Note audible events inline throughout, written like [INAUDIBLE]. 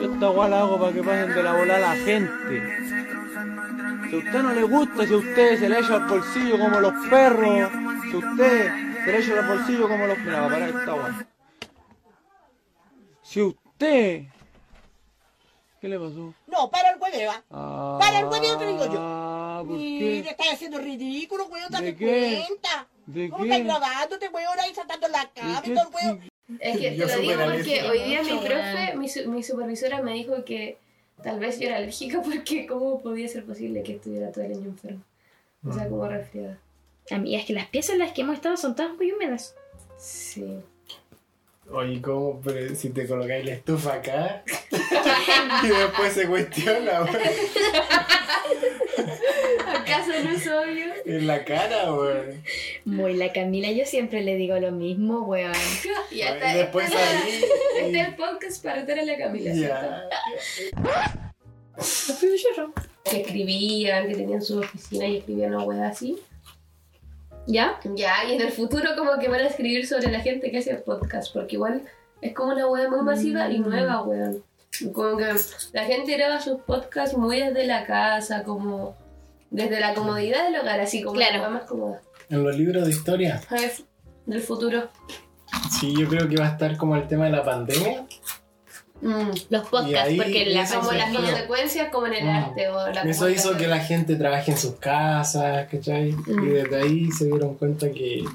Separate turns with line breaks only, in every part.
Yo esta guay la hago para que pasen de la bola a la gente. Si a usted no le gusta, si a usted se le echa al bolsillo como los perros, si a usted se le echa al bolsillo como los Mira, para esta guay. Si usted. ¿Qué le pasó?
No, para el hueveo, ¿ah?
Ah,
Para el hueveo te digo yo.
¿por
Mira,
qué?
estás haciendo ridículo, weón, date
¿De qué?
cuenta.
¿De
¿Cómo
qué?
estás grabándote, weón, ahí saltando la cama y todo el weón?
Es que
Yo
te lo
súper
digo porque
alérgica.
hoy día mi
Mucho,
profe,
weón.
mi, su- mi supervisora me dijo que tal vez yo era alérgica [LAUGHS] porque cómo podía ser posible que estuviera todo el año enfermo. O
Mm.
sea, como resfriada.
Amigas, que las piezas en las que hemos estado son todas muy húmedas.
Sí.
Oye, ¿cómo? Pero si te colocáis la estufa
[LAUGHS]
acá y después se cuestiona, weón.
¿Acaso no es [LAUGHS] obvio?
En la cara, weón.
Muy la Camila, yo siempre le digo lo mismo, weón.
[LAUGHS] Y hasta
Y después
está, [LAUGHS]
salí. y-
está el podcast para dar a la Camila. ¿cierto?
Ya.
Que escribían, que tenían sus oficinas y escribían una web así.
¿Ya?
Ya, y en el futuro como que van a escribir sobre la gente que hace podcast, porque igual es como una web muy masiva y nueva, weón. Como que la gente graba sus podcasts muy desde la casa, como desde la comodidad del hogar, así como
Claro.
la wea más cómoda.
En los libros de historia.
¿Sabes? Del futuro.
Sí, yo creo que va a estar como el tema de la pandemia.
Mm.
Los podcasts,
ahí
porque la
eso
Como
es
las
mío.
consecuencias como en el
Mm.
arte o la
Eso hizo que la gente trabaje en sus casas, ¿cachai? Y
Mm.
desde ahí se dieron cuenta que,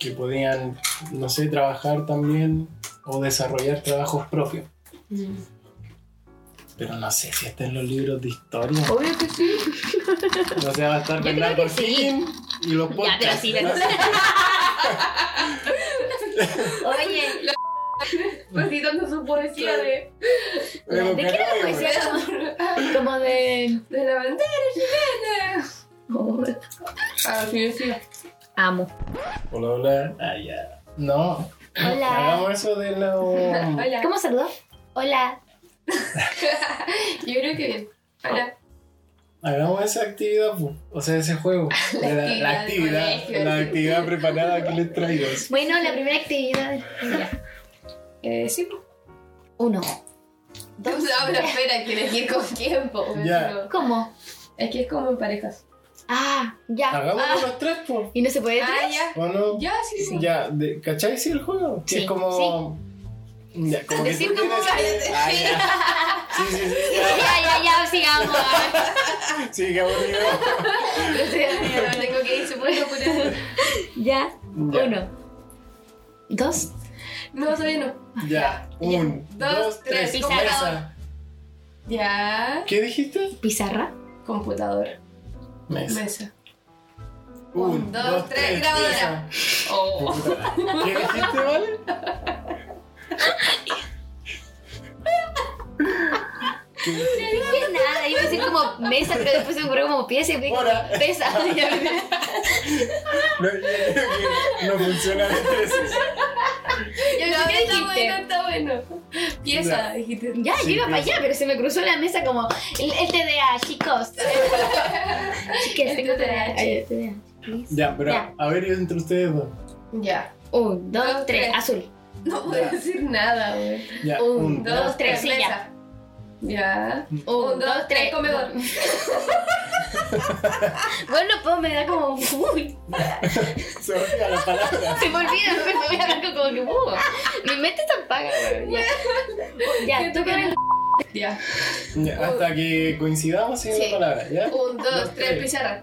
que podían, no sé, trabajar también o desarrollar trabajos propios.
Mm.
Pero no sé si está en los libros de historia.
Obvio que sí.
No sé, va a estar
Yo creo
Bernardo
que sí.
Higgin y los podcasts.
Ya, pero sí,
¿no?
Oye,
Recitando Pues su poesía de... [LAUGHS]
Pero
¿de qué
caray,
era
güey.
la [LAUGHS] como de.
De la bandera chilena.
Oh,
Ah, sí, sí.
amo.
Hola, hola. Ah, ya. No,
Hola.
hagamos eso de los...
Hola.
¿Cómo saludó? Hola.
Yo creo que bien. Hola.
Hagamos esa actividad, pu. o sea, ese juego. La, la
actividad del
actividad,
colegio,
la
sí.
actividad preparada que les traigo.
Bueno, la primera actividad. Ya.
Eh, sí.
Uno.
Dos. Ahora, espera, que elegir con tiempo.
Ya.
pero
¿Cómo?
Es que es como en parejas.
Ah, ya.
Hagamos los tres, pues.
¿Y no se puede
Ah,
tres?
ya.
¿O no?
Ya, sí, sí.
Ya, de, ¿cachai? Sí, el juego. Que
Sí,
es como. Ya, como que
Decir
tú
cómo
tienes- Ah, ya. Sí, sí, sí.
Ya, ya, ya, sigamos.
ya. Sí, qué aburrido.
O sea, no tengo que ir, se puede apurar.
Ya.
Ya.
Uno. Dos.
No, todavía no.
Ya, un,
Dos,
dos,
tres,
tres,
pizarra.
mesa.
Ya.
¿Qué dijiste?
Pizarra.
Computador.
Mesa.
Mesa.
Un, dos, tres,
grabadora.
grabadora.
Oh.
¿Qué dijiste, vale? ¿Qué dijiste?
No dije nada. Iba a decir como mesa, pero después se me ocurrió como pieza y fui como
Hora.
pesa.
No, yo creo que no funciona de tres.
Ya,
No,
¿qué
está bueno,
Está bueno, está bueno. Pieza,
Ya.
dijiste.
Ya, yo
Sí,
iba para
pieza.
allá, pero se me cruzó la mesa como el, el TDA, chicos. Chicas,
El
tengo
TDAH.
TDA. Ay, TDA. please.
Ya, pero
Ya.
a ver, yo entre ustedes dos.
Ya.
Un, dos, tres,
tres.
azul.
No puedo
Ya.
decir nada, güey.
Ya,
Un,
un,
dos,
dos,
tres, sí, ya.
mesa. Ya.
Un, dos, tres,
comedor.
Bueno, pues me da como. Uy,
Se olvida la palabra.
se me olvida, [LAUGHS] me voy a hablar como que. Uh, mi mente está apaga, weón. Ya, ya
Que
tú
tú
con el.
Ya.
Ya, hasta que coincidamos en
Sí.
la palabra, ¿ya?
Un, dos,
Dos,
tres,
tres. [LAUGHS]
pizarra.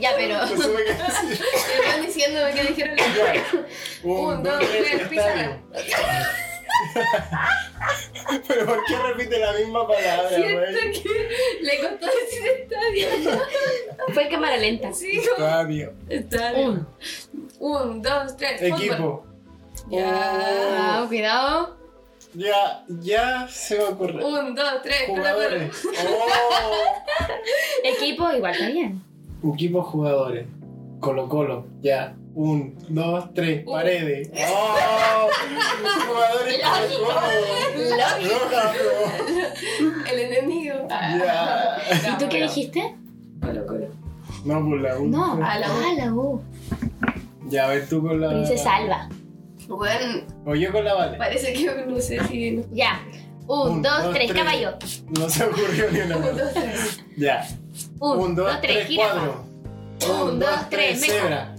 Ya, pero.
No supe qué decir.
Me van diciéndome que dijeron la
[LAUGHS] Ya.
Un, dos, tres,
está
pizarra.
bien. [LAUGHS] Pero ¿por qué repite la misma palabra,
Siento
güey?
que le costó decir estadio.
Fue en cámara lenta.
Sí,
[LAUGHS]
Fabio.
estadio.
Un.
Un, dos, tres, fútbol.
Equipo. Oh,
Ya.
Ah, cuidado.
Ya, ya se me ocurre.
Un, dos, tres, protocolo.
Jugadores. Oh.
Equipo, igual está bien.
Equipo jugadores. Colo Colo. Ya. Un, dos, tres.
Uh.
[LAUGHS]
Paredes. Oh. jugadores Colo Colo. Roja, bro.
El enemigo. Ah.
Ya.
¿Y tú qué dijiste?
Colo, colo.
No, por la U.
No, ah.
A la U.
U.
Ya, a ver tú con la.
Princesa Alba.
Weón,
O yo con la Vale.
parece que no sé si. no-
Ya. Un, dos, tres, caballo.
No se ocurrió ni una.
Un,
[LAUGHS]
dos,
cosa.
tres.
Ya.
Un, dos, tres, jirafa.
cuadro.
Un, dos, tres, mesa.
cebra.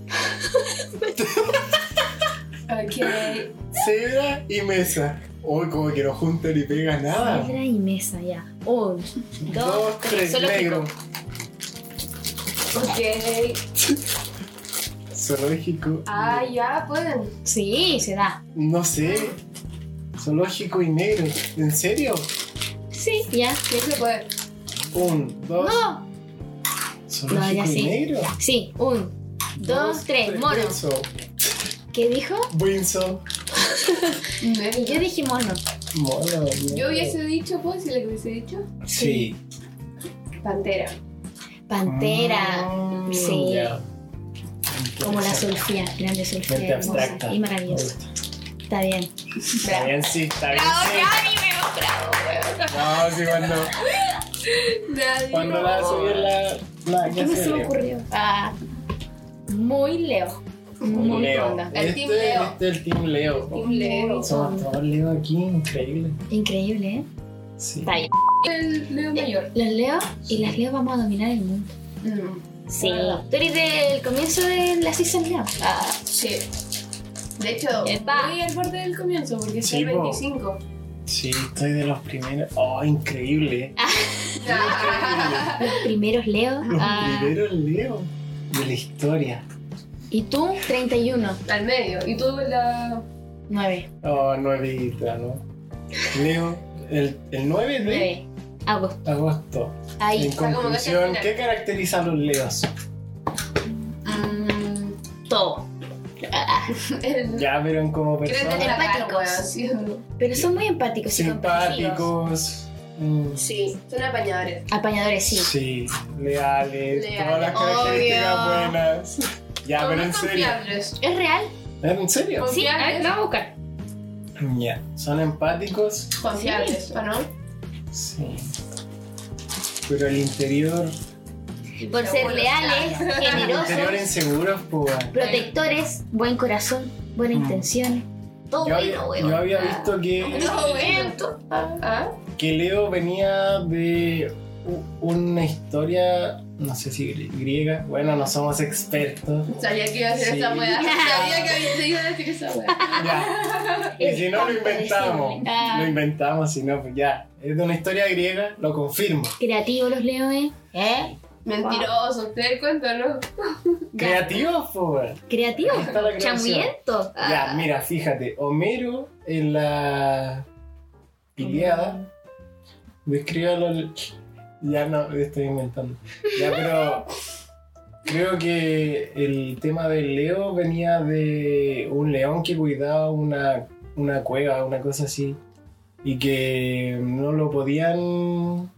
Ok.
Cebra y mesa. Uy, como que no junta ni pega nada.
Piedra y mesa, ya. Un,
Dos, tres,
Solo
negro.
pico.
Ok.
Zoológico.
Ah, ya, pueden.
Sí, se da.
No sé. Zoológico y negro. ¿En serio?
Sí, ya.
Sí se puede.
Un, dos.
No.
Zoológico
No, ya
y
sí.
negro.
Sí, un, dos, tres, mono.
Windsor.
¿Qué dijo?
Windsor.
Y yo dije mono.
Mono.
Yo hubiese dicho, ¿puedo decir lo que hubiese dicho?
Sí.
Pantera.
Pantera.
Mm,
Sí.
ya.
Como la
Interesante.
Sofía, grande Sofía,
Mente
hermosa
abstracta.
y maravillosa. Está bien.
Está bien, sí, está bien.
Bravo,
sí.
Bravo, weón.
No, sí, cuando,
Nadie.
Eh, cuando la subí la. la
¿Qué
ya
me
se
se me
vio.
ocurrió? Ah, muy Leo. Muy
Leo.
onda.
El
Este,
team Leo.
este es el Team Leo.
Team Leo.
Somos todos Leo aquí, increíble.
Increíble, ¿eh?
Sí.
Está bien.
El Leo mayor.
Los Leo y las Leo vamos a dominar el mundo.
Mm.
Sí. Tú eres del comienzo de la season Leo. Ah,
Sí. De hecho,
Epa.
voy al borde del comienzo porque soy
Sí, po.
25.
[LAUGHS] Sí, estoy de los primeros. Oh, increíble.
los primeros Leo.
Los
Ah,
primeros Leo de la historia.
y tú, 31.
Al medio. Y tú la.
9.
Oh, nuevita, ¿no? Leo, el, el 9 de
9. Agosto.
agosto. En
Ahí,
Está como
conclusión,
que al final.
¿qué caracteriza a los Leos?
Mm,
todo. Ah,
[LAUGHS] el.
Ya, pero como
Creo que
personas.
la cara,
Empáticos.
weón, ¿sí o no?
pero son muy empáticos y comprensivos.
Simpáticos. mm,
Sí, son apañadores.
Apañadores, sí.
Sí, leales,
Leales,
todas las características
obvio.
buenas. [LAUGHS] Ya,
Son
pero en
muy
serio.
confiables.
¿Es real?
¿En serio?
Sí, a ver,
Confiables.
lo vamos a buscar.
Ya. ¿Son empáticos?
Confiables, ¿o no?
Sí. Pero el interior.
Por ser
Seguros.
leales,
El interior
generosos,
inseguros, pues.
protectores, buen corazón, buenas
Mm.
intenciones. Todo
Yo había,
bueno,
yo
weón.
había visto que,
No, weón. [LAUGHS] Ah,
que Leo venía de u- una historia, no sé si gr- griega, bueno, no somos expertos.
Sabía que iba a hacer
Sí.
esa [LAUGHS] weá. Sabía que había- se iba a decir esa weá.
[LAUGHS]
Ya. Y si no lo inventamos,
Ah.
lo inventamos, si no, pues ya. Es de una historia griega, lo confirmo.
Creativos los leones. ¿Eh?
Mentiroso, ustedes
[LAUGHS]
cuéntanos.
Creativos, pues.
Creativos. Ah.
Ahí está la creación.
Chamuyento.
Ya, mira, fíjate, Homero en la Iliada describe a los... Ya no, estoy inventando. Ya, pero creo que el tema del Leo venía de un león que cuidaba una, una cueva, una cosa así, y que no lo podían...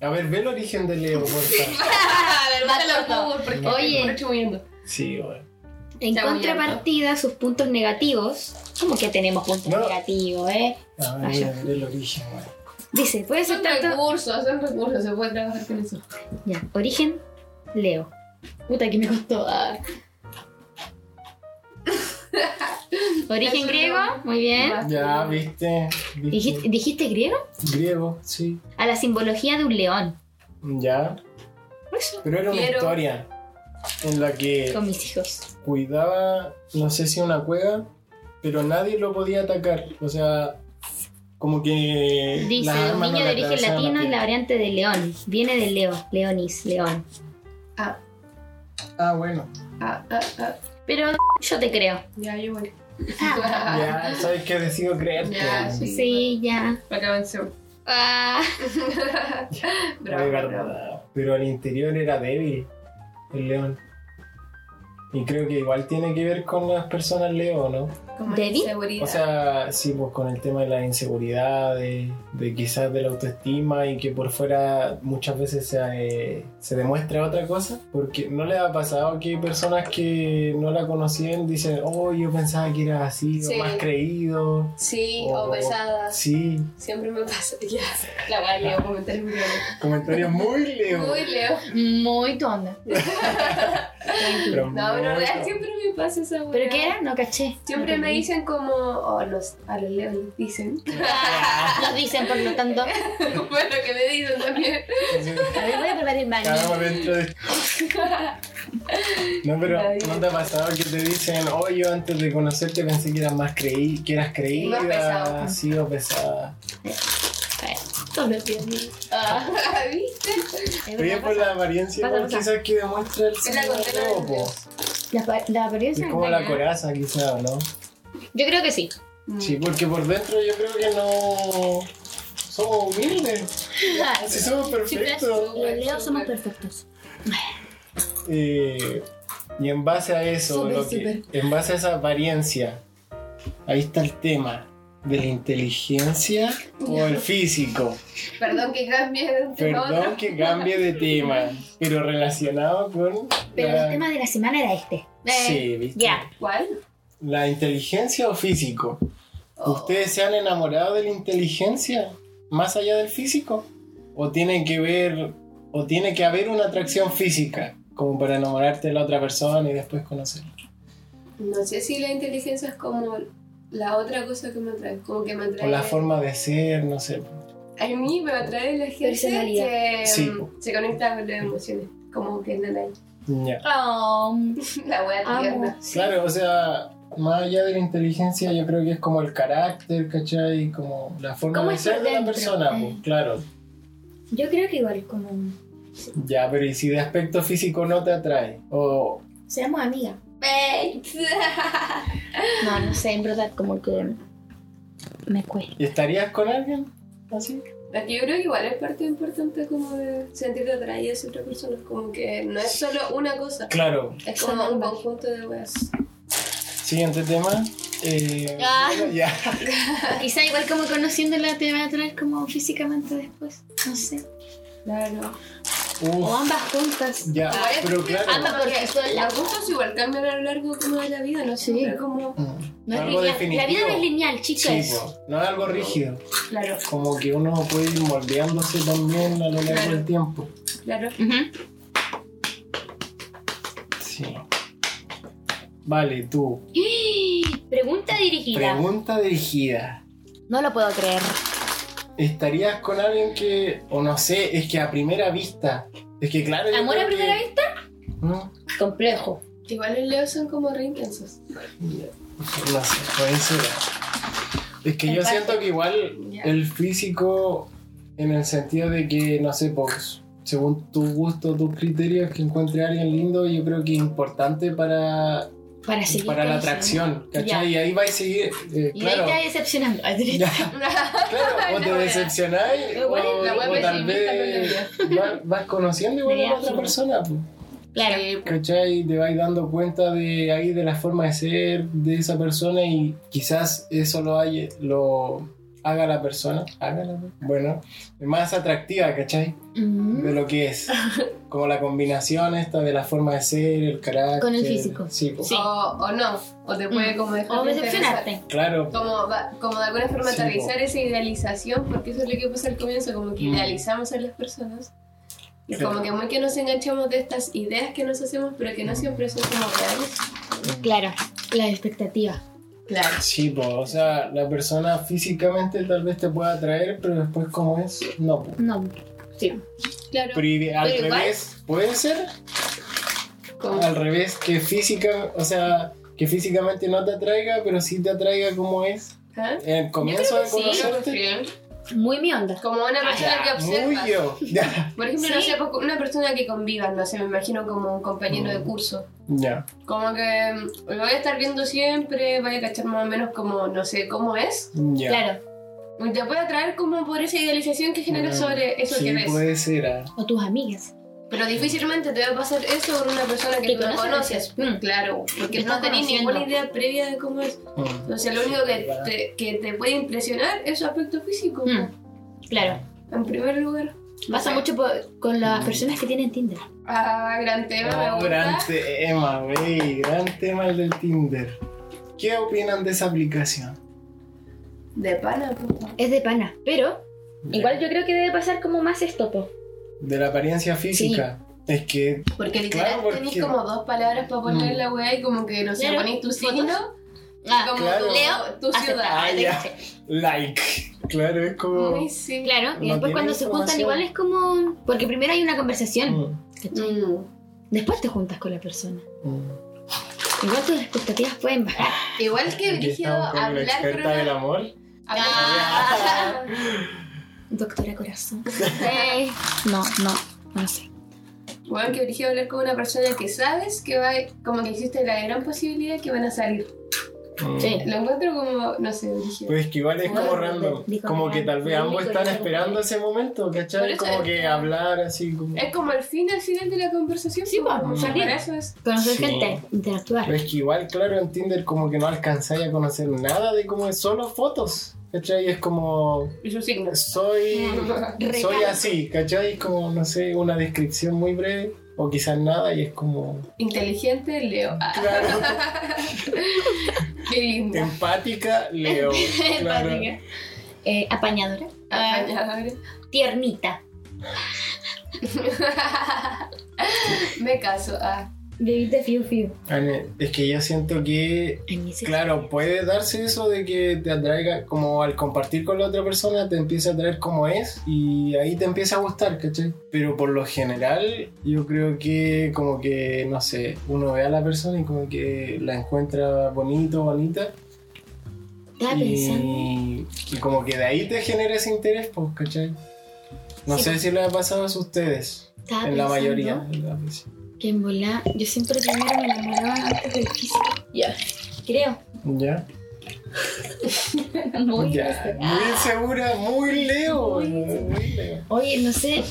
A ver, ve el origen del Leo, por favor.
Ah, Matordo. porque
Oye.
puro chumuyendo.
Sí, bueno.
En
Chamuyento.
contrapartida, sus puntos negativos. ¿Cómo que tenemos puntos
No.
negativos, eh?
A ver, mira, ve el origen, bueno.
Dice, puede ser
Son
tanto.
recursos, son recursos, se puede trabajar con eso.
Ya, origen, Leo. Puta que me costó.
[LAUGHS]
ah.
Eso
origen
no.
griego, muy bien.
Ya, viste,
¿Dijiste,
viste.
dijiste griego?
Griego, sí.
A la simbología de un león.
Ya.
Por eso.
Pero era una
Quiero-
historia en la que
Con mis hijos.
cuidaba, no sé si una cueva, pero nadie lo podía atacar. O sea, como que.
Dice,
las
un
armas
niño
no
de
le
origen
atravesaban
latino es la
piel.
variante de león. Viene de Leo, Leonis, león.
Ah,
Ah, bueno.
ah, ah, ah.
Pero yo te creo.
Ya, yo voy. [LAUGHS]
Ya, sabes que decido creerte.
Ya, sí.
Ah. Sí, ya.
Acabancemos.
Ah,
Muy
Bravo, bravo.
verdad. Pero el interior era débil, el león. Y creo que igual tiene que ver con las personas Leo, ¿no?
Como
¿Debbie?
inseguridad.
O sea, sí, pues con el tema de la inseguridad, de, de quizás de la autoestima y que por fuera muchas veces se, eh, se demuestra otra cosa, porque no le ha pasado que personas que no la conocían dicen, oh, yo pensaba que era así,
Sí.
o más creído.
sí,
o-
o pesada.
Sí,
Siempre me pasa. [LAUGHS] Ya, la voy a leer,
Ah.
comentar muy leo. [LAUGHS]
comentarios muy leo.
Muy leo.
muy tu onda.
No, pero
pero muy
real
leo.
siempre me pasa esa weá.
¿Pero qué era? No caché.
Siempre me dicen como, oh, los, a los leos les dicen. [LAUGHS]
Nos dicen, por lo tanto. A
bueno, que me dicen también. [LAUGHS]
ver, voy a probar el baño.
Cagamos dentro
[LAUGHS]
de... No, pero
Está bien.
¿no te ha pasado que te dicen, oh, yo antes de conocerte pensé que eras más creí, que eras creída,
más pesado.
sí o pesada?
A ver, Todos los días.
Ah, ¿viste?
Es
Pero ya
verdad,
por la apariencia,
Pasa,
igual
pasa.
quizás que demuestra el
la condena de
lobo, po.
La, pa- la apariencia
Es como
engaña.
la coraza, quizás, ¿o ¿no?
Yo creo que sí.
Sí, porque por dentro yo creo que no somos
[LAUGHS]
humildes, si somos perfectos.
Los leos somos perfectos.
Eh, y en base a eso,
Súper,
lo que-
súper.
en base a esa apariencia, ahí está el tema de la inteligencia o el físico.
Perdón que cambie de un tema a
Perdón
otro.
que cambie de
[LAUGHS]
tema, pero relacionado con
Pero
la-
el tema de la semana era este.
Sí, ¿viste?
Ya.
¿Cuál?
la inteligencia o físico.
Oh.
¿Ustedes se han enamorado de la inteligencia más allá del físico? ¿O tiene que ver, o tiene que haber una atracción física como para enamorarte de la otra persona y después conocerla?
No sé si la inteligencia es como la otra cosa que me atrae. Como que me atrae.
O la forma de ser, no sé.
A mí me atrae la gente
Personalidad.
que mm,
Sí.
se conecta con las emociones. Como que no la, [LAUGHS]
Ya.
Oh,
la wea tierna.
amo.
Claro, o sea, más allá de la inteligencia, yo creo que es como el carácter, ¿cachai? Como la forma
¿Cómo
de
es por
ser de la
dentro?
persona,
Eh.
pues, claro.
Yo creo que igual, como.
Ya, pero ¿y si de aspecto físico no te atrae? O
Seamos amigas. No, no sé, en verdad, como que. Me cuesta.
¿estarías con alguien? Así.
Aquí yo creo que igual [LAUGHS] es parte importante como de sentirte atraída hacia otra persona. Como que no es solo una cosa.
Claro,
Es como un conjunto de weas.
siguiente tema. Eh,
Ah.
bueno, ya.
Quizá igual como conociéndola te va a traer como físicamente después. No sé.
Claro.
O
Uf,
ambas juntas.
ya,
Igual es
pero
porque
claro.
ambas-
como
porque
que
son las-
Los gustos igual cambian a lo largo como de la vida, no sé.
Sí.
pero como...
mm,
No es
algo
lineal.
definitivo.
La vida no es lineal,
Sí,
chicas.
po, no es algo rígido.
Claro,
Como que uno puede ir moldeándose también a lo largo del tiempo.
claro.
Ujú.
Sí. Vale, tú.
¡Ih! Pregunta dirigida.
Pregunta dirigida.
no lo puedo creer.
¿Estarías con alguien que, o no sé, es que a primera vista? Es que claro. yo
¿Amor
creo
a primera
que-
vista?
No,
Complejo.
Igual los leos son como re intensos.
no sé, puede ser. Es que yo
Empate.
siento que igual
Ya. [LAUGHS]
el físico, en el sentido de que, no sé, pues, según tu gusto, tus criterios, que encuentre a alguien lindo, yo creo que es importante para,
Para seguir.
para la
conociendo.
atracción, ¿cachai? Y ahí vais a seguir. eh,
Y ahí
claro.
está decepcionando.
[LAUGHS]
Ya, claro, o te
La wea.
decepcionáis
La
o,
wea- la wea
o tal
pesimista
vez va- vas conociendo igual a la otra
Reazo.
persona, po,
Claro.
Eh,
¿cachai? Te vais dando cuenta de ahí de la forma de ser de esa persona y quizás eso lo, haya- lo haga la persona, haga la- bueno, más atractiva, ¿cachai?
Mm.
De lo que
[LAUGHS]
es, como la combinación esta de la forma de ser, el carácter.
Con el físico.
Sí, po.
Sí.
O, o no, o te puede
Mm.
como dejar
O
de interesar.
decepcionarte.
Claro,
Como, va- como de alguna forma
Sí,
aterrizar esa idealización, porque eso es lo que pasa al comienzo, como que
Mm.
idealizamos a las personas. Y
Claro.
como que muy que nos enganchamos de estas ideas que nos hacemos, pero que no siempre son como reales.
Claro. La expectativa.
Claro.
Sí, po, o sea, la persona físicamente tal vez te pueda atraer, pero después como es, no. po.
No. Sí.
Claro.
Pero y de- al
Pero igual-
revés, puede ser
Como,
al revés que física, o sea, que físicamente no te atraiga, pero sí te atraiga como es.
¿Ah?
En el comienzo de
que sí.
conocerte.
Muy mi onda.
Como una persona que
Ah, Muy
observa.
yo. [LAUGHS] Ya.
Por ejemplo,
Sí.
no sé, pues, una persona que conviva, no sé, me imagino como un compañero de curso.
Ya.
Como que mm, lo voy a estar viendo siempre, voy a cachar más o menos como, no sé, cómo es.
Ya.
Claro.
Y te puede atraer como por esa idealización que generas
Mm,
sobre eso
sí,
que ves.
puede ser. ah.
O tus amigas.
Pero difícilmente te va a pasar eso con una persona que,
Que
tú no
conoces.
conoces.
Mm.
Claro,
Te
porque
estás
no tenés
conociendo.
ninguna idea previa de cómo es.
Mm.
Entonces, lo único que
¿verdad?
te, que te puede impresionar es su aspecto físico.
Mm. Claro.
En primer lugar.
Pasa mucho por- con las personas que tienen Tinder.
Ah, gran tema, me
Oh,
gusta.
gran tema, wey. Gran tema el del Tinder. ¿Qué opinan de esa aplicación?
De pana, puta.
Es de pana. Pero igual yo creo que debe pasar como más estopo.
De la apariencia física. Es que
Porque literal
Claro, porque-
tenés como dos palabras para poner
Mm.
la weá y como que no sé,
Claro.
ponés tu signo y
Ah,
como
claro.
tu,
Leo,
tu ciudad.
aceptado.
Ah, ya. like. [LAUGHS] Claro, es como. Mm,
Muy simple.
Claro, y
No
después
tiene
cuando se
información.
juntan igual es como... Porque primero hay una conversación.
Mm,
¿cachai?
Mm.
Después te juntas con la persona.
mm.
Igual tus expectativas pueden bajar.
Igual que
Aquí
brígido
estamos con la
hablar con
experta
una- [LAUGHS]
del amor.
hablar-
Ah. Doctora Corazón. [LAUGHS] Eh, no, no, no sé.
Bueno, que brígido hablar con una persona que sabes que va, como que existe la gran posibilidad que van a salir.
Mm.
Sí.
Lo encuentro como, no sé, brígido.
Pues que igual es como
Bueno,
random.
dijo
Como
que
que tal vez
era
ambos
único,
están
era
esperando ese momento,
Por
¿cachai?
eso
Como
es
que
que-
hablar así como.
Es como el fin al final de la conversación.
Sí,
como-
pues,
o sea,
salir.
para eso es-
Conocer
Sí.
gente, interactuar.
Pero es que igual, claro, en Tinder como que no alcanzáis a conocer nada de cómo es solo fotos. ¿Cachai? Es como.
y sus signos.
Soy. Soy
Recalco.
así, ¿cachai? Es como, no sé, una descripción muy breve. O quizás nada, y es como.
[LAUGHS] Inteligente, Leo. Ah,
Claro.
[LAUGHS]
Em-
qué lindo.
empática, Leo.
[LAUGHS]
Claro.
Empática. Eh, apañadora.
Apañador.
Tiernita.
[LAUGHS] Me caso. Ah.
Bebita fiu fiu.
Ane, Es que yo siento que
Ay, mi sexo.
Claro, puede darse eso de que te atraiga, como al compartir con la otra persona, te empieza a atraer como es y ahí te empieza a gustar, ¿cachai? Pero por lo general, yo creo que como que, no sé, uno ve a la persona y como que la encuentra bonito, bonita
Estaba pensando.
y, y como que de ahí te genera ese interés, pues, ¿cachai? No
Sí,
sé
pues.
si les ha pasado a ustedes,
Estaba
en la
pensando
mayoría. en la vez.
Que en volar. Yo siempre primero me enamoraba antes del físico. Ya. Creo.
¿Ya?
[LAUGHS] Muy
Ya. Muy insegura, muy Leo.
Muy
muy Leo.
Oye, no sé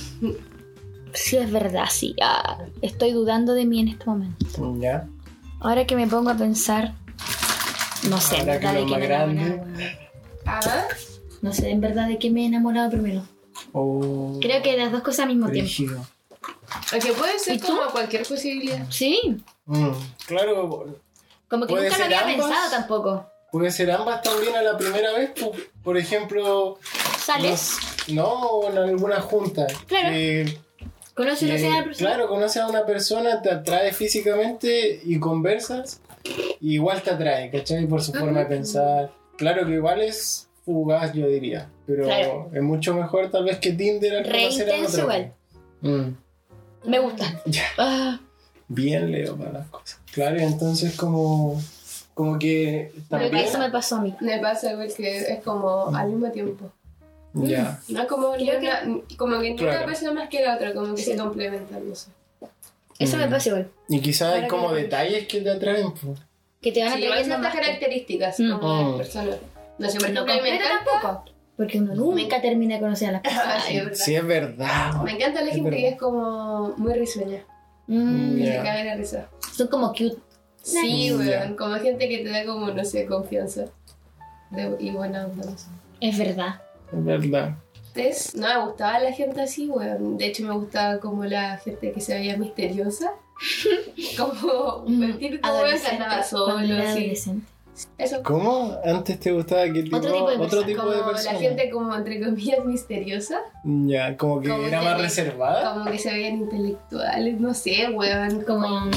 si es verdad, sí. ah, estoy dudando de mí en este momento.
Ya.
Ahora que me pongo a pensar, no sé, en
Ahora que
verdad de
uno
qué
es
me he
más grande.
enamorado. weón.
Ah.
No sé, en verdad de qué me he enamorado primero.
Oh,
Creo que las dos cosas al mismo tiempo.
brígido.
O que puede ser
¿Y tú?
como cualquier posibilidad.
Sí,
Mm, claro,
como que
¿Puede
nunca
ser
lo había
ambas?
pensado tampoco.
puede ser ambas también a la primera vez. po. Por ejemplo,
Sales,
no, o en alguna junta. Eh,
Claro.
que-
conoces
que,
recién a la persona.
Eh, Claro, conoces a una persona, te atrae físicamente y conversas, y igual te atrae, ¿cachai? Por su forma de pensar. Claro que igual es fugaz, yo diría. Pero
Claro.
es mucho mejor tal vez que Tinder al
Re
conocer a
intenso
otro.
igual.
Mm,
Me gusta.
ya.
Ah,
bien leo para las cosas. Claro, y entonces como, como que
creo
también...
que eso me pasó a mí.
Me pasa igual que es como al mismo tiempo.
Ya.
No es como, ni
Creo
una- como que ni
Claro.
una persona más que la otra, como que
Sí.
se complementan. No sé.
Eso me
Mm.
pasa igual.
Y quizás hay como
Ahora que-
detalles que te atraen. po.
Que te van
Sí, igual
atrayendo
ciertas
más.
características
Mm.
como
Mm.
de persona. No sé, por
No
ejemplo, a mí me
completo
encanta.
tampoco. Porque uno nunca termina de conocer a la persona.
Ah, sí, es verdad.
Sí, es verdad.
Me encanta la
Es
gente que
verdad.
es como muy risueña,
Mm,
que
Ya.
se cae la risa.
Son como cute.
Sí,
Mm,
weón,
ya.
como gente que te da como, no sé, confianza de, y buena onda. no sé.
Es verdad.
Es verdad.
Antes no me gustaba la gente así, weón. De hecho, me gustaba como la gente que se veía
[LAUGHS]
misteriosa. como el típico weón que andaba solo,
Mm, Cuando era
así.
adolescente.
Eso.
¿Cómo? Antes te gustaba que tipo,
Otro tipo de persona.
tipo
Como
de
la
persona.
gente como, entre comillas, misteriosa.
Ya, como que
Como
era
que-
más reservada.
Como que se veían intelectuales, no sé, weón. Como...
Como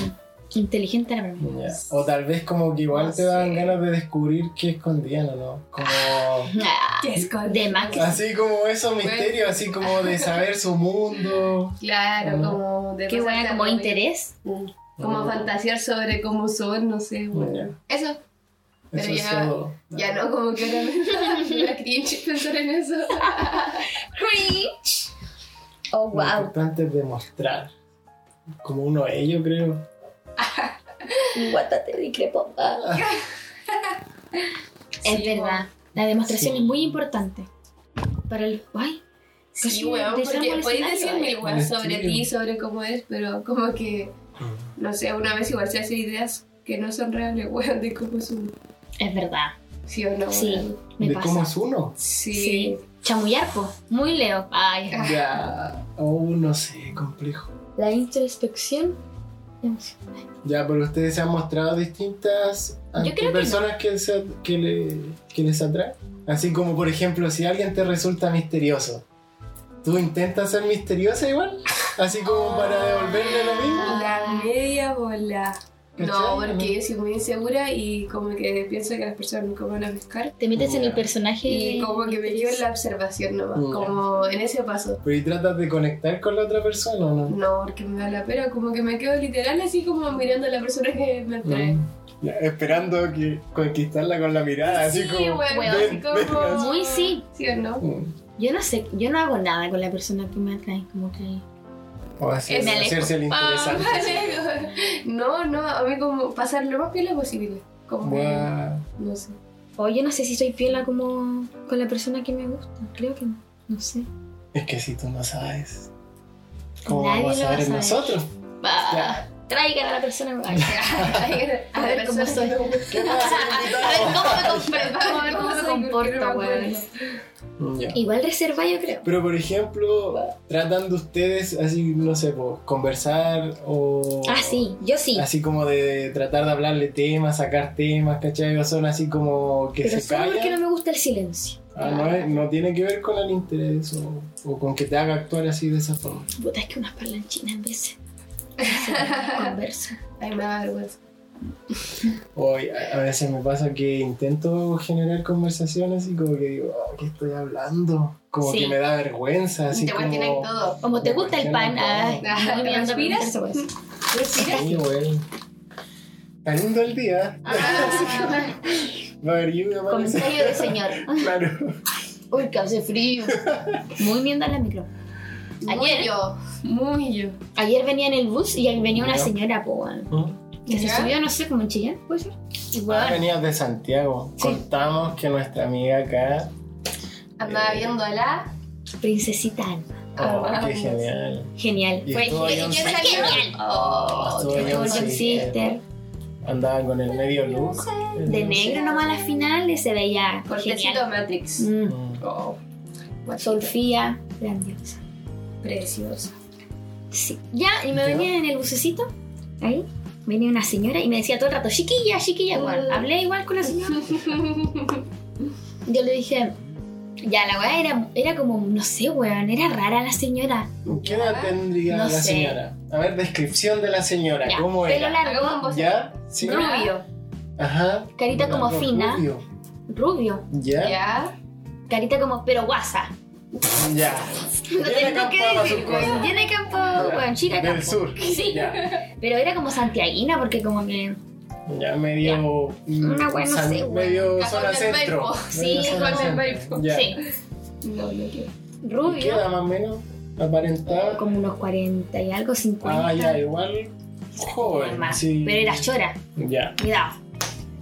inteligente a la primera.
Ya. O tal vez como que igual
No
te daban
sé.
ganas de descubrir qué escondían o no.
[LAUGHS]
Como...
Ah,
¿Qué es con-
De más que
Así como esos misterios, así como de saber su mundo.
Claro,
Ajá.
como de
Qué
cosas
buena
tan
como
novedosas.
interés.
Mm. Como
Mm.
fantasear sobre cómo son, no sé, weón.
Ya.
Eso, Pero
Eso es
ya-
todo.
ya no, como que ahora me- [LAUGHS] me da cringe pensar en eso.
Cringe. Oh,
Lo
wow.
importante es demostrar. Como uno de ellos, creo.
Guátate, discrepo. Ah. es
Sí,
verdad. La demostración
Sí.
es muy importante. Para el. ¡Ay!
Sí,
Casi
weón,
deseamos
porque
el
podéis
escenario,
decir
eh.
mil weas sobre
Sí.
ti, sobre cómo eres, pero como que, no sé, una vez igual se hace ideas que no son reales, weón, de cómo son.
Es verdad.
Sí o no,
Sí.
weón.
Me
de
pasa.
cómo es uno.
Sí.
Sí. Chamullar, po. Muy leo. Ay.
Ah.
Ya, oh, no sé, complejo.
La introspección.
Ya, pero ustedes se han mostrado distintas ante
creo que
personas que, se- que le- que les atraen. Así como, por ejemplo, si alguien te resulta misterioso, ¿tú intentas ser misteriosa igual? Así como para devolverle lo mismo.
Ah.
La media bola. No,
¿Cachai?
porque yo soy muy insegura y como que pienso que las personas nunca me van a pescar.
Te metes en
Ya.
el personaje.
Y como que me llevo en la observación nomás,
Ya.
como en ese paso.
Pero y tratas de conectar con la otra persona, ¿o ¿no?
No, porque me da la pena, como que me quedo literal así como mirando a la persona que me atrae.
Mm. Ya, Esperando que conquistarla con la mirada, así
sí,
como.
bueno,
Bueno,
así
ven,
como...
ven.
Muy sí.
¿Sí o no?
Mm.
Yo no sé, yo no hago nada con la persona que me atrae, como que.
O hacer-
Me
alejo.
hacerse el
Ah,
interesante.
vale. [LAUGHS] No, no, a mí como pasar lo más piola posible. Como que-
Guau.
no
[LAUGHS]
sé.
O yo no sé si soy piola como con la persona que me gusta. Creo que no. No sé.
Es que si tú no sabes, ¿cómo
Nadie
vamos a
lo va a
saber
saber.
nosotros?
[LAUGHS] Ah, Traigan a
[LAUGHS]
la persona. Ay,
a
ver cómo soy.
¿Qué pasa,
a ver
invitado?
cómo me comporto, a ver cómo me comporto, weón.
Ya.
Igual reserva, yo creo.
Pero por ejemplo, tratan de ustedes así, no sé, po, conversar o...
Ah, sí, yo sí.
Oh. Así como de tratar de hablarle temas, sacar temas, ¿cachai? O son así como que
Pero
se
solo porque no
callan.
me gusta el silencio.
Ah, no, es- no tiene que ver con el interés o, o con que te haga actuar así de esa forma.
Puta, es que unas parlanchinas a
[LAUGHS]
veces. Se Conversan.
Ay, me da vergüenza.
O a a veces me pasa que intento generar conversaciones y como que digo, "Ah, ¿qué estoy hablando? Como
Sí.
que me da vergüenza, así
Te
Este
voy a tener
como...
todo.
Como te gusta el pan, ay,
Ah,
no me anda a
¿respiras?
preguntar sobre eso.
Respira.
Sí, güey. Está lindo el día.
Ah,
Va a haber lluvia, parece.
Comentario de señor.
Claro.
Uy, que hace frío. Muy mierda la micro.
Muy
Ayer.
yo, muy yo.
Ayer venía en el bus y ahí venía una
Ya.
señora, po, weón, que se
¿Ya?
subió, no sé, como en Chillán, puede ser. Y
Ah,
weón,
venías de Santiago.
Sí.
Contamos que nuestra amiga acá.
Andaba
Eh.
viendo a la.
princesita Alma.
Oh,
Ah,
qué
vamos.
genial.
Genial.
Y
Fue
estuvo
genial.
John
Fue
Sister.
genial.
Oh,
Estuvo
qué
John
Estuvo John
bueno.
Sister.
Sister.
Andaba con el medio look.
De negro nomás a la final y se veía
Cortecito
genial.
Matrix.
Mm.
Mm.
Oh, guachita,
Sofía, grandiosa. [LAUGHS]
Preciosa.
Sí. Ya, y me
¿Ya?
venía en el bucecito, ahí, venía una señora y me decía todo el rato, chiquilla,
Oh.
chiquilla, weón.
Mm.
Hablé igual con la señora. Yo le dije, ya, la weá era, era como, no sé, weón, era rara la señora.
¿Qué edad tendría
Ah, No
la
sé.
señora? A ver, descripción de la señora.
Ya,
¿Cómo
pelo
era?
largo,
Hagamos voz.
¿Ya? ¿Sí?
rubio,
Ajá.
carita como
Algo
fina,
rubio.
rubio,
¿Ya?
¿Ya?
carita como, pero guasa.
Ya. Tiene
tengo que
campo a
decir,
sus cosas.
Tiene campo,
Ya.
weón, Ah, chica
Del
campo.
sur.
[LAUGHS] Sí.
Ya.
Pero era como santiaguina porque como que,
Ya medio. mm,
Una buena,
san-
sí, buena.
Medio
Cajón
zona
del
centro.
Maipo.
Sí,
Medio zona
cajón del
centro.
Maipo.
Ya.
sí,
No, no quiero.
¿Qué
rubio,
edad más o menos? Aparentaba.
como unos 40 y algo, 50.
Ah, ya, igual. Joven.
más.
sí.
Pero era chora,
Ya.
cuidado.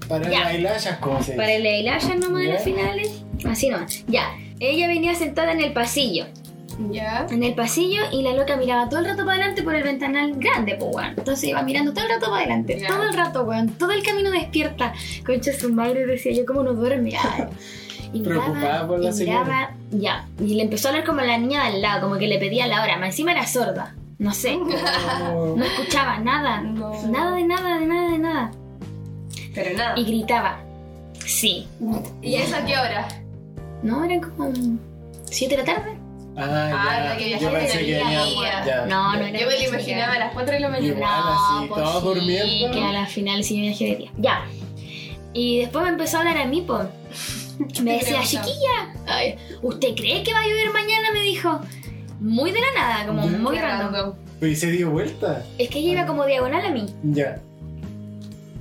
Para
Ya.
las hilayas, ¿cómo se dice?
Para el eyelash nomás en
Ya.
los finales, así nomás. Ya, ella venía sentada en el pasillo.
¿Ya?
en el pasillo y la loca miraba todo el rato para adelante por el ventanal grande, pues, weón. Entonces iba mirando todo el rato para adelante,
Ya.
todo el rato, weón. Todo el camino despierta. Concha su madre, decía yo, ¿cómo no duerme?
[LAUGHS]
Ay. Y miraba,
Preocupada por la
y miraba, ya. Y le empezó a hablar como a la niña de al lado, como que le pedía la hora. Más encima era sorda. No sé,
Oh,
no escuchaba
[LAUGHS]
nada.
No.
Nada de nada, de nada, de nada.
Pero nada.
Y gritaba. Sí.
¿Y a esa qué hora?
No, eran como siete de la tarde.
Ah,
Ah,
ya.
que
Yo
viajaste
pensé
de
que
día,
venía.
amiga.
ya.
No, no era.
Yo me lo imaginaba a las 4 de la
Igual
mañana.
así,
pues
todos
sí,
durmiendo.
Que a la final sí me dejé de día. Ya. Y después me empezó a hablar a mí, po.
[LAUGHS]
Me decía,
pregunta?
chiquilla, ay, ¿usted cree que va a llover mañana? Me dijo. Muy de la nada, como
Ya.
muy
Qué
random.
random.
Pero y se dio vuelta.
Es que ella iba como diagonal a mí.
Ya.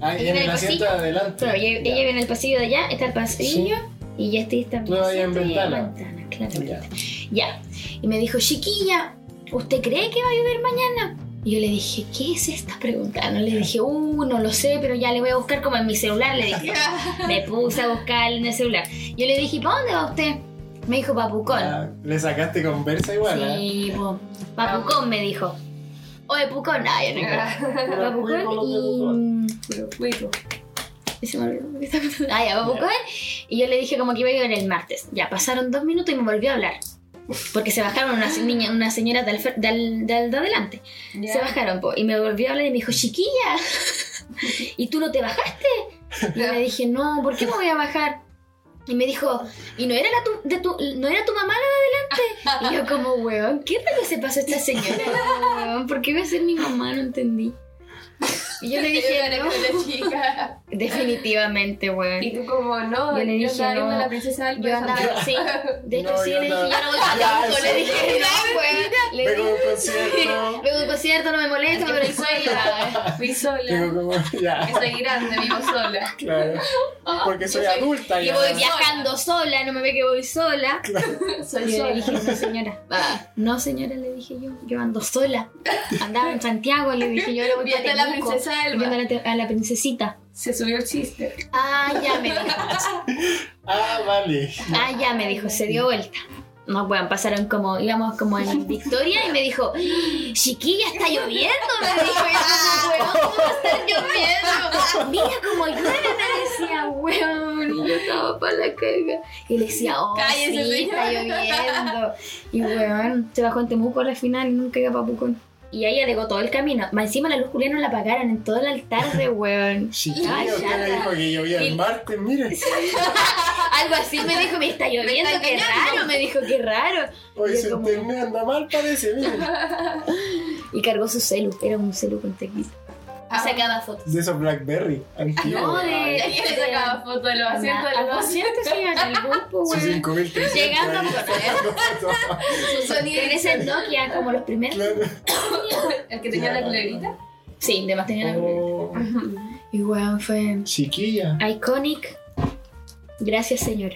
Ah,
Y
en
en el
el asiento de adelante.
Claro, ella,
Ya.
ella iba en el pasillo de allá, está el pasillo, y yo estoy
Tú
también.
ibas en ventana.
ventana, claro.
Ya.
Ya. Y me dijo, chiquilla, ¿usted cree que va a llover mañana? Y yo le dije, ¿qué es esta pregunta? No le dije, uh, no lo sé, pero ya le voy a buscar como en mi celular, le
[LAUGHS]
dije. Me puse a buscar en el celular. Yo le dije, ¿para dónde va usted? Me dijo, Papucón.
Ah, Le sacaste conversa igual, ¿eh?
Sí, po. Papucón me dijo. Oye, Pucón. Ah, yo no [LAUGHS] creo. Papucón y...
Pero cuico.
y se me olvidó que estaba contando. Ah, ya, Papucón. Y yo le dije como que iba a llegar el martes. Ya, pasaron dos minutos y me volvió a hablar. Porque se bajaron una niña, una señora de, al fr- de al- de al- de adelante. Se bajaron, po, y me volvió a hablar y me dijo, chiquilla, ¿y tú no te bajaste? Y yo le dije, no, ¿por qué me voy a bajar? Y me dijo, ¿y no era, la tu, de tu, no era tu mamá la de Y yo como, weón, ¿qué tal se pasó esta señora? Como, Weón, ¿por qué iba a ser mi mamá? No entendí. Y yo le dije,
Yo
no,
con la
[LAUGHS]
chica.
definitivamente, weón.
Y tú como, no,
Yo
yo,
le dije,
andaba viendo
no.
a la princesa Alba.
Yo andaba
[LAUGHS]
así. De hecho,
No,
sí,
yo
le dije,
andaba-
yo no voy a
Ya,
Le dije,
sí.
no, weón. Le
Vengo de
dije,
un concierto.
luego concierto, no me molesta, pero el [LAUGHS] cuello.
Fui sola.
Tengo como. [LAUGHS]
Que
Ya,
soy grande, vivo sola.
claro.
Ah,
Porque soy
Yo soy-
adulta
Y
ya.
voy viajando sola, no me ve que voy sola.
Soy
Y yo le dije,
sola.
no señora. No señora, le dije yo. Yo ando sola. Andaba en Santiago, le dije yo. le voy pa'
Viendo a la
Temuco,
princesa Alba.
Viendo a la, te- a la princesita.
Se subió el chiste.
Ah, ya me dijo. [LAUGHS]
Ah, vale.
Ah, ya me dijo. Se dio vuelta. No, weón, pasaron como, íbamos como en Victoria y me dijo, chiquilla, está lloviendo, me dijo, y yo como, weón, ¿cómo [LAUGHS] va a estar lloviendo? Mira como llueve, me decía, weón, y yo estaba para la caga. Y le decía, oh,
Cállese,
sí, está lloviendo. Y weón, se bajó en Temuco al final y nunca iba a Papucón. Y ahí alegó todo el camino. Más encima la luz culia no la apagaron en todo el altar de weón.
Chiquillo, usted me dijo que llovía el martes, mire.
[LAUGHS] Algo así me dijo, me está lloviendo,
está
qué
engañando".
raro, me dijo, qué raro.
Hoy
Yo
su
como-
internet anda mal, parece, mire.
Y cargó su celu, era un celu con teclita. Y sacaba fotos.
De esos Blackberry. antiguos.
No, de- este,
Ay,
Y le sacaba foto de los asientos de
Al
los dos.
concierto sí, al grupo,
Sus
güey.
5300.
Llegando
ahí,
con-
sacando fotos.
Su sonido en ese Nokia, como los primeros.
[LAUGHS] Claro.
El que tenía la culebrita.
Sí, de más tenía la culpa.
Oh,
Y weón, fue
chiquilla.
iconic. Gracias, señora,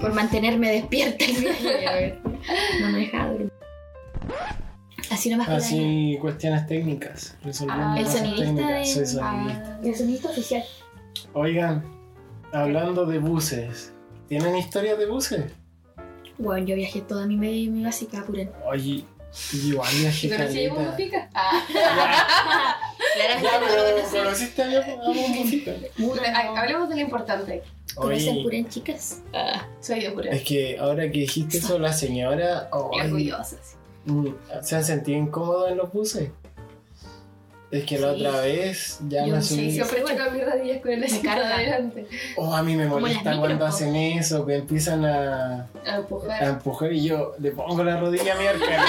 por mantenerme despierta. el día de [LAUGHS] hoy. No me dejaba dormir. Así nomás con Ah, la-
Así cuestiones técnicas. Resolviendo
Ah, el
cosas
sonidista
técnicas.
de-
Soy sonidista.
El sonido oficial.
Oigan, hablando de buses, ¿tienen historias de buses?
Weón, yo viajé toda mi, mi, mi básica a Purén.
Oye, igual viajé
¿Y conocí a un
caleta.
mujica? Ah,
Ya,
Claramente
ya,
no lo
pero
conocí.
conociste a a un busita.
ha- hablemos de lo importante.
¿Conocen
Oye,
Purén, chicas? Ah,
Soy de pura.
es que ahora que dijiste eso la señora,
Y
oye,
orgullosa. sí.
mm, se han sentido incómodos en los buses. Es que la
Sí.
otra vez ya
Yo
me
no sé,
subí.
Sí.
Siempre choco mis rodillas con el asiento de
carga.
adelante.
Oh, a mí me
Como las
molesta
micro,
cuando
po.
hacen eso, que empiezan a,
A
a
empujar.
empujar y yo le pongo la rodilla a mi
[LAUGHS]
arca.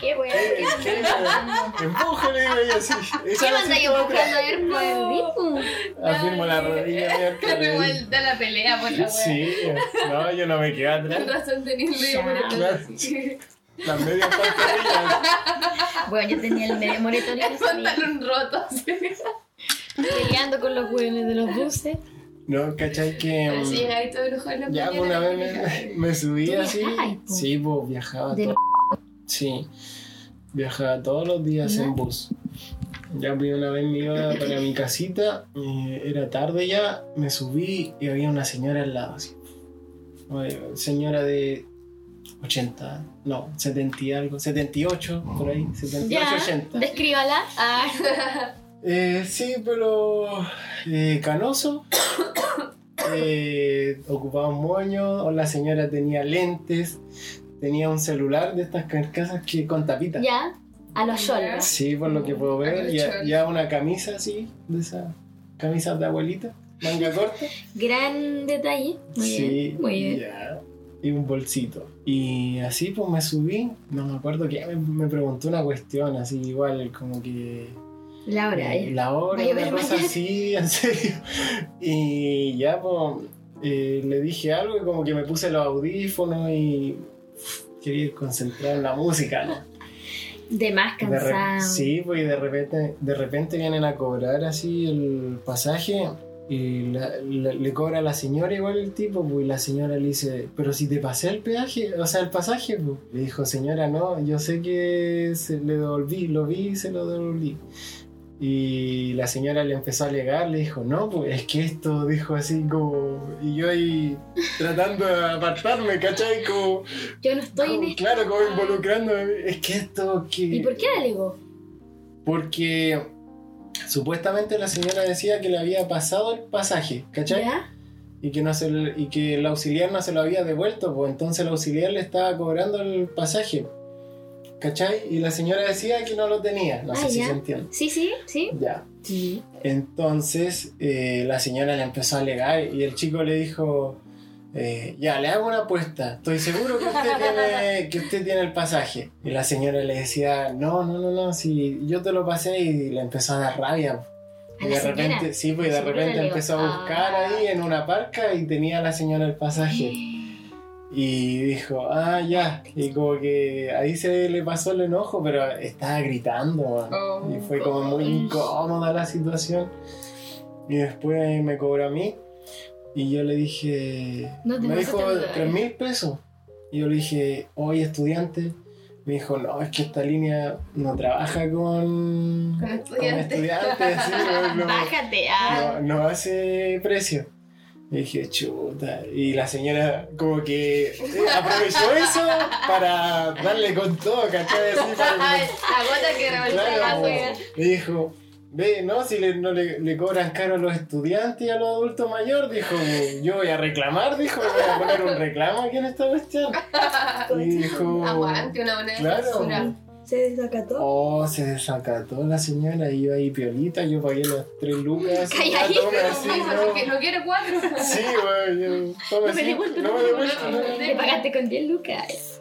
qué weón.
¿Qué? ¿Qué? Empuje, le digo yo así.
¿Qué manda yo buscando a ver
No.
por
Afirmo la rodilla a mi
Qué
arca. le digo.
revuelta la pelea por la wea.
Sí, eh, no, yo no me quedo
Con
atrás.
razón tenía el medio
Ya.
moretón.
Las medias pantorrillas.
Bueno, yo tenía el medio moretorio
El pantalón roto. sí.
peleando con los hueones de los buses.
No, ¿cachai? Que. mm,
Así llegaba ahí todo enojado en la
Ya
mañana,
una vez
y
me,
dije,
me subí
¿Tú
así.
viajabas, po?
Sí, pues viajaba
De
todo. Sí, viajaba todos los días
¿Ya?
en bus. Ya fui una vez me iba para mi casita, eh, era tarde ya, me subí y había una señora al lado. así. Oye, Señora de 80, no, 70 y algo, 78, por ahí, 78,
Ya,
80.
descríbala. Ah,
Eh, sí, pero eh, canoso. [COUGHS] Eh, ocupaba un moño. O la señora tenía lentes. Tenía un celular de estas carcasas que con tapita.
ya, a los yolos.
Sí, por lo que puedo ver. Ya,
Chol.
ya una camisa así, de esas camisas de abuelita, manga corta.
Gran detalle. Muy
sí,
bien. Muy bien.
ya. Y un bolsito. Y así pues me subí. No me acuerdo que me, me preguntó una cuestión así, igual como que.
Laura,
Eh,
ya.
La hora,
Ay, a
una
ver,
cosa
mañana.
así, [LAUGHS] en serio. Y ya, pues, eh, le dije algo y como que me puse los audífonos y uf, quería ir concentrado en la música, ¿no?
De más
De re-
cansado.
sí, pues y de repente, de repente vienen a cobrar así el pasaje y la- la- le cobra a la señora igual el tipo, pues y la señora le dice, pero si te pasé el peaje, o sea, el pasaje, pues. Le dijo, señora, no, yo sé que se le devolví, lo vi y se lo devolví. Y la señora le empezó a alegar, le dijo, no, pues es que esto, dijo así como, y yo ahí tratando de apartarme, ¿cachai? Como,
Yo no estoy en
como-
esto.
claro, como involucrándome, es que esto, que...
¿Y por qué alegó?
Porque supuestamente la señora decía que le había pasado el pasaje, ¿cachai?
¿Ya?
Y, que no se, le- y que el auxiliar no se lo había devuelto, pues entonces el auxiliar le estaba cobrando el pasaje, ¿cachai? Y la señora decía que no lo tenía, no sé
Ah,
si
ya.
se entiende.
Sí, sí, sí.
Ya.
Sí.
Entonces eh, la señora le empezó a alegar y el chico le dijo, eh, ya, le hago una apuesta. Estoy seguro
[LAUGHS]
que usted, tiene, que usted tiene el pasaje. Y la señora le decía, no, no, no, no, si yo te lo pasé y le empezó a dar rabia.
¿A
Y
la
de
señora?
repente, sí, pues y de
Seguro le
repente
digo,
empezó a buscar
"Ah".
ahí en una parca y tenía a la señora el
[LAUGHS]
pasaje. Y dijo, ah, ya. Y como que ahí se le pasó el enojo, pero estaba gritando. man.
Oh,
y fue como muy
gosh.
incómoda la situación. Y después me cobró a mí. Y yo le dije,
No te
me
vas a
dijo
tardar.
tres mil pesos. Y yo le dije, oye estudiante. Me dijo, no, es que esta línea no trabaja con,
Con estudiantes.
estudiantes, sí, no- no-
Bájate. ah.
no, no hace precio. Y dije, chuta. Y la señora como que eh, aprovechó eso para darle con todo, ¿cachai? Así para-
La gota que rebalsó el
Claro,
vaso.
como- le dijo, ve, no, si le, no le, le cobran caro a los estudiantes y a los adultos mayores, dijo, yo voy a reclamar, dijo, voy a poner un reclamo aquí en esta
[LAUGHS]
cuestión. Y dijo,
Aguante una buena
claro.
basura.
Se desacató.
Oh, se desacató la señora, iba ahí piolita, yo pagué las tres lucas. y ya,
[LAUGHS] Calladito,
tome,
Pero
así,
dijo,
no.
así que no quiere cuatro.
Sí, güey. yo- toma,
No me
sí,
devuelto,
no me devuelto, no.
Te pagaste con 10 lucas.